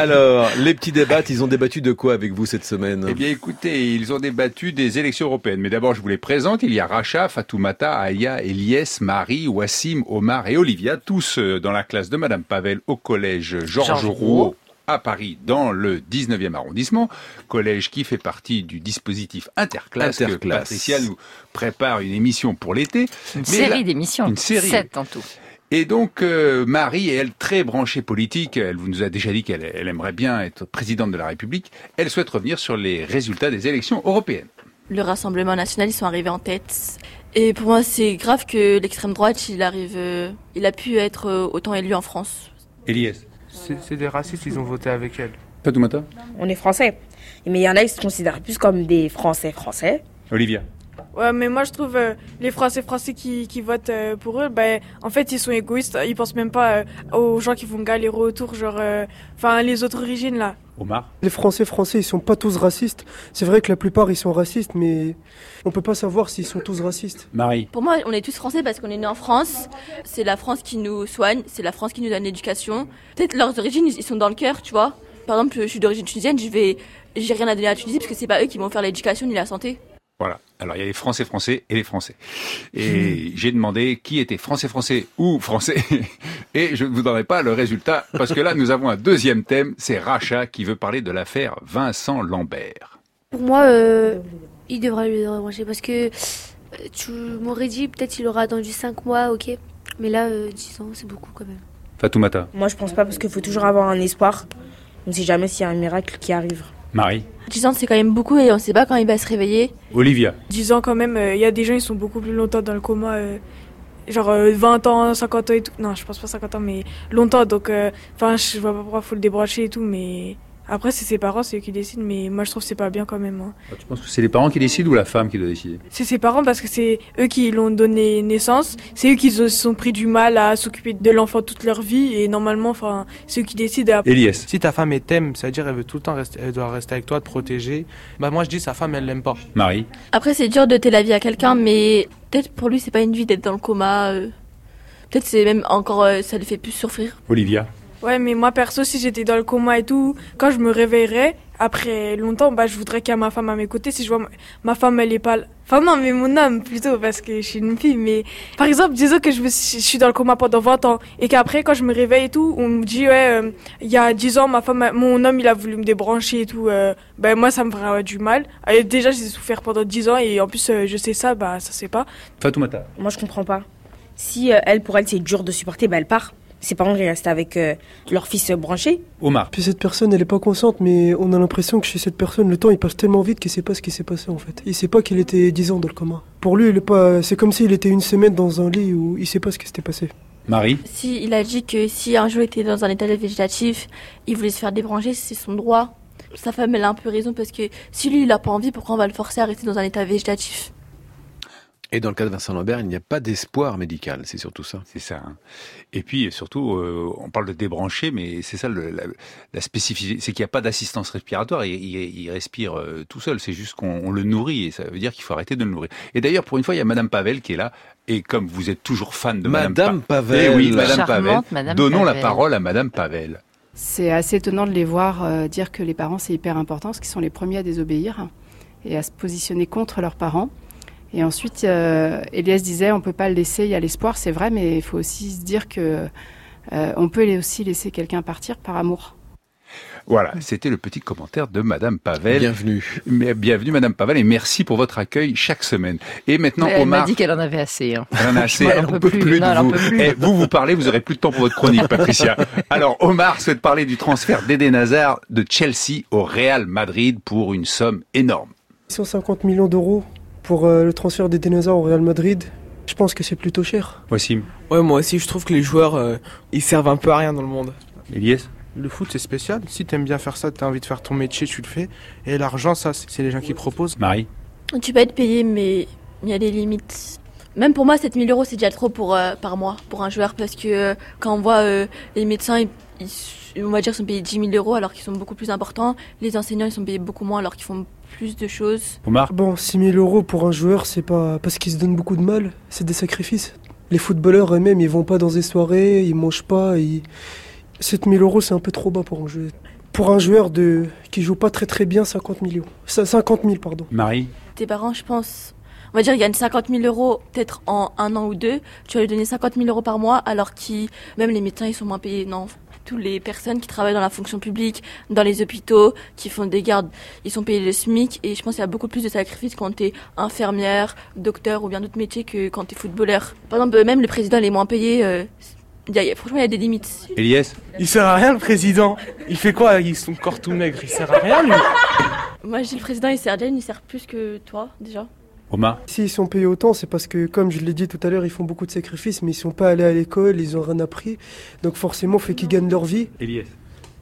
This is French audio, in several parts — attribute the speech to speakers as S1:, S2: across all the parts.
S1: Alors, les petits débats, ils ont débattu de quoi avec vous cette semaine
S2: Eh bien, écoutez, ils ont débattu des élections européennes. Mais d'abord, je vous les présente. Il y a Racha, Fatoumata, Aya, Eliès, Marie, Wassim, Omar et Olivia, tous euh, dans la classe de Madame Pavel au collège Georges
S3: Georges
S2: Rouault à Paris, dans le 19e arrondissement, collège qui fait partie du dispositif Interclasse, que
S1: Interclasse.
S2: Patricia nous prépare une émission pour l'été.
S3: Une
S2: Mais là-
S3: série d'émissions.
S2: Une série.
S3: Sept en tout.
S2: Et donc, euh, Marie, elle, très branchée politique, elle vous nous a déjà dit qu'elle elle aimerait bien être présidente de la République, elle souhaite revenir sur les résultats des élections européennes.
S4: le Rassemblement national, ils sont arrivés en tête. Et pour moi, c'est grave que l'extrême droite, il arrive, euh, il a pu être euh, autant élu en France.
S2: Eliès.
S5: C'est c'est des racistes, ils ont voté avec elle.
S2: Fatoumata.
S6: on est français. Mais il y en a qui se considèrent plus comme des Français français.
S2: Olivia.
S7: Ouais, mais moi je trouve euh, les Français français qui, qui votent euh, pour eux, ben en fait ils sont égoïstes, ils pensent même pas euh, aux gens qui font galérer autour, genre, euh, enfin les autres origines là.
S2: Omar.
S8: Les Français français, ils sont pas tous racistes. C'est vrai que la plupart, ils sont racistes, mais on peut pas savoir s'ils sont tous racistes.
S2: Marie.
S4: Pour moi, on est tous français parce qu'on est né en France. C'est la France qui nous soigne, c'est la France qui nous donne l'éducation. Peut-être leurs origines, ils ils sont dans le cœur, tu vois. Par exemple, je suis d'origine tunisienne, je vais, j'ai rien à donner à la Tunisie parce que c'est pas eux qui vont faire l'éducation ni la santé.
S2: Voilà. Alors, il y a les Français français et les Français. Et j'ai demandé qui était Français français ou Français. Et je ne vous donnerai pas le résultat parce que là, nous avons un deuxième thème. C'est Racha qui veut parler de l'affaire Vincent Lambert.
S9: Pour moi, euh, il devrait lui brancher parce que euh, tu m'aurais dit peut-être il aura attendu 5 mois, ok. Mais là, euh, 10 ans, c'est beaucoup quand même.
S2: Fatoumata.
S6: Moi, je pense pas parce qu'il faut toujours avoir un espoir. On ne sait jamais s'il y a un miracle qui arrive.
S2: Marie.
S4: 10 ans, c'est quand même beaucoup et on sait pas quand il va se réveiller.
S2: Olivia.
S7: 10 ans quand même, euh, il y a des gens ils sont beaucoup plus longtemps dans le coma, euh, genre euh, 20 ans, 50 ans et tout. Non, je pense pas 50 ans, mais longtemps, donc euh, enfin je vois pas pourquoi faut le débrancher et tout, mais après c'est ses parents, c'est eux qui décident, mais moi je trouve que c'est pas bien quand même. hein.
S2: Ah, Tu penses que c'est les parents qui décident ou la femme qui doit décider
S7: C'est ses parents parce que c'est eux qui l'ont donné naissance, c'est eux qui se sont pris du mal à s'occuper de l'enfant toute leur vie et normalement, enfin, ceux qui décident à...
S2: Elias.
S5: Si ta femme est t'aime, c'est-à-dire elle veut tout le temps rester, elle doit rester avec toi, te protéger. Bah moi je dis sa femme elle l'aime pas.
S2: Marie.
S4: Après, c'est dur de t'aider la vie à quelqu'un, mais peut-être pour lui, c'est pas une vie d'être dans le coma. euh. Peut-être c'est même encore, euh, ça le fait plus souffrir.
S2: Olivia.
S7: Ouais, mais moi perso, si j'étais dans le coma et tout, quand je me réveillerais, après longtemps, bah, je voudrais qu'il y ait ma femme à mes côtés. Si je vois ma- ma femme, elle est pas là. Enfin non, mais mon homme plutôt, parce que je suis une fille. Mais par exemple, disons que je, me suis- je suis dans le coma pendant 20 ans et qu'après, quand je me réveille et tout, on me dit, ouais, euh, il y a 10 ans, ma femme, mon homme, il a voulu me débrancher et tout. euh, ben moi, ça me fera euh, du mal. Et déjà, j'ai souffert pendant 10 ans et en plus, euh, je sais ça, bah ça c'est pas.
S2: Fatoumata.
S6: Moi, je comprends pas. Si euh, elle, pour elle, c'est dur de supporter, bah, elle part. Ses parents, ils restent avec euh, leur fils euh, branché.
S2: Omar.
S8: Puis cette personne, elle est pas consciente, mais on a l'impression que chez cette personne, le temps il passe tellement vite qu'il sait pas ce qui s'est passé en fait. Il sait pas qu'il était 10 ans dans le coma. Pour lui, il est pas. C'est comme s'il était une semaine dans un lit où il sait pas ce qui s'était passé.
S2: Marie.
S4: Si il a dit que si un jour il était dans un état végétatif, il voulait se faire débrancher, c'est son droit. Sa femme, elle a un peu raison parce que si lui, il a pas envie, pourquoi on va le forcer à rester dans un état végétatif
S1: Et dans le cas de Vincent Lambert, il n'y a pas d'espoir médical, c'est surtout ça.
S2: C'est ça. hein. Et puis euh, surtout, euh, on parle de débranché, mais c'est ça le- la, la spécificité, c'est qu'il n'y a pas d'assistance respiratoire. Il, il- il respire euh, tout seul. C'est juste qu'on on le nourrit et ça veut dire qu'il faut arrêter de le nourrir. Et d'ailleurs, pour une fois, il y a Madame Pavel qui est là. Et comme vous êtes toujours fan de Madame,
S1: Madame
S2: Pa-
S1: Pavel.
S2: Eh oui, Madame Pavel.
S3: Charmante Madame
S2: Donnons la
S3: Pavel.
S2: parole à Madame Pavel.
S10: C'est assez étonnant de les voir euh, dire que les parents, c'est hyper important, parce qu'ils sont les premiers à désobéir et à se positionner contre leurs parents. Et ensuite, euh, Elias disait, on peut pas le laisser, il y a l'espoir, c'est vrai, mais il faut aussi se dire que euh, on peut aussi laisser quelqu'un partir par amour.
S2: Voilà, c'était le petit commentaire de Madame Pavel.
S1: Bienvenue.
S2: Mais Bienvenue Madame Pavel et merci pour votre accueil chaque semaine. Et maintenant,
S3: elle m'a
S2: Omar.
S3: dit qu'elle en avait assez. hein.
S2: Elle en a assez,
S3: Elle
S2: elle
S3: en
S2: en
S3: peut
S2: peut
S3: plus,
S2: plus de
S3: non, elle en
S2: vous.
S3: peut plus.
S2: Eh, vous, vous parlez, vous aurez plus de temps pour votre chronique, Patricia. Alors, Omar souhaite parler du transfert d'Eden Hazard de Chelsea au Real Madrid pour une somme énorme.
S8: 150 millions d'euros pour euh, le transfert des dinosaures au Real Madrid, je pense que c'est plutôt cher.
S2: Voici,
S11: Ouais, moi aussi, je trouve que les joueurs, euh, ils servent un peu à rien dans le monde.
S2: Elias.
S5: Le foot c'est spécial, si t'aimes bien faire ça, t'as envie de faire ton métier, tu le fais. Et l'argent ça, c'est c'est les gens qui proposent.
S2: Marie.
S4: Tu peux être payé, mais il y a des limites. Même pour moi, 7000 euros, c'est déjà trop pour, euh, par mois pour un joueur parce que euh, quand on voit euh, les médecins, ils- ils- on va dire, sont payés 10 000 euros alors qu'ils sont beaucoup plus importants. Les enseignants, ils sont payés beaucoup moins alors qu'ils font plus de choses.
S2: Omar.
S8: Ah Bon, 6000 euros pour un joueur, c'est pas parce qu'il se donne beaucoup de mal, c'est des sacrifices. Les footballeurs eux-mêmes, ils vont pas dans des soirées, ils mangent pas, ils... 7000 euros, c'est un peu trop bas pour un joueur. pour un joueur de, qui joue pas très très bien, 50 millions. Cin- 50 000, pardon.
S2: Marie
S4: Tes parents, je pense, on va dire, gagnent 50 000 euros peut-être en un an ou deux. Tu vas lui donner 50 000 euros par mois, alors qui, même les médecins, ils sont moins payés. Non, toutes les personnes qui travaillent dans la fonction publique, dans les hôpitaux, qui font des gardes, ils sont payés le SMIC. Et je pense qu'il y a beaucoup plus de sacrifices quand t'es infirmière, docteur ou bien d'autres métiers que quand t'es footballeur. Par exemple, même le président, il est moins payé. euh, il y a- il y a- franchement, il y a des limites.
S2: Elias
S5: Il sert à rien le président. Il fait quoi avec son corps tout maigre Il sert à rien lui.
S4: Moi, j'ai le président, il sert déjà, il sert plus que toi, déjà.
S2: Omar
S8: S'ils sont payés autant, c'est parce que, comme je l'ai dit tout à l'heure, ils font beaucoup de sacrifices, mais ils sont pas allés à l'école, ils ont rien appris. Donc forcément, fait qu'ils gagnent leur vie.
S2: Elias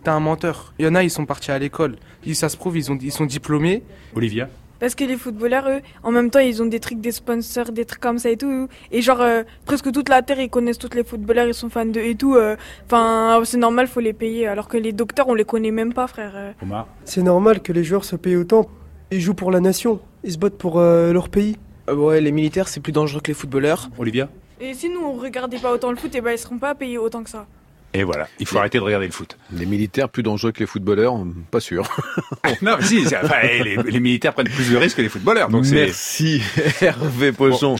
S5: T'as un menteur. Il y en a, ils sont partis à l'école. Ils- Ça se prouve, ils, ont, ils sont diplômés.
S2: Olivia
S7: Parce que les footballeurs, eux, en même temps, ils ont des trucs, des sponsors, des trucs comme ça et tout. Et genre, euh, presque toute la Terre, ils connaissent tous les footballeurs, ils sont fans d'eux et tout. euh, Enfin, c'est normal, faut les payer. Alors que les docteurs, on les connaît même pas, frère. euh.
S2: Omar
S8: C'est normal que les joueurs soient payés autant. Ils jouent pour la nation, ils se battent pour euh, leur pays.
S11: Euh, ouais, les militaires, c'est plus dangereux que les footballeurs.
S2: Olivia
S7: Et si nous, on regardait pas autant le foot, et ben, ils seront pas payés autant que ça.
S2: Et voilà, il faut arrêter de regarder le foot.
S1: Les militaires plus dangereux que les footballeurs, pas sûr.
S2: non, mais si, c'est- enfin, les, les militaires prennent plus de risques que les footballeurs. Donc c'est-
S1: Merci Hervé Pochon.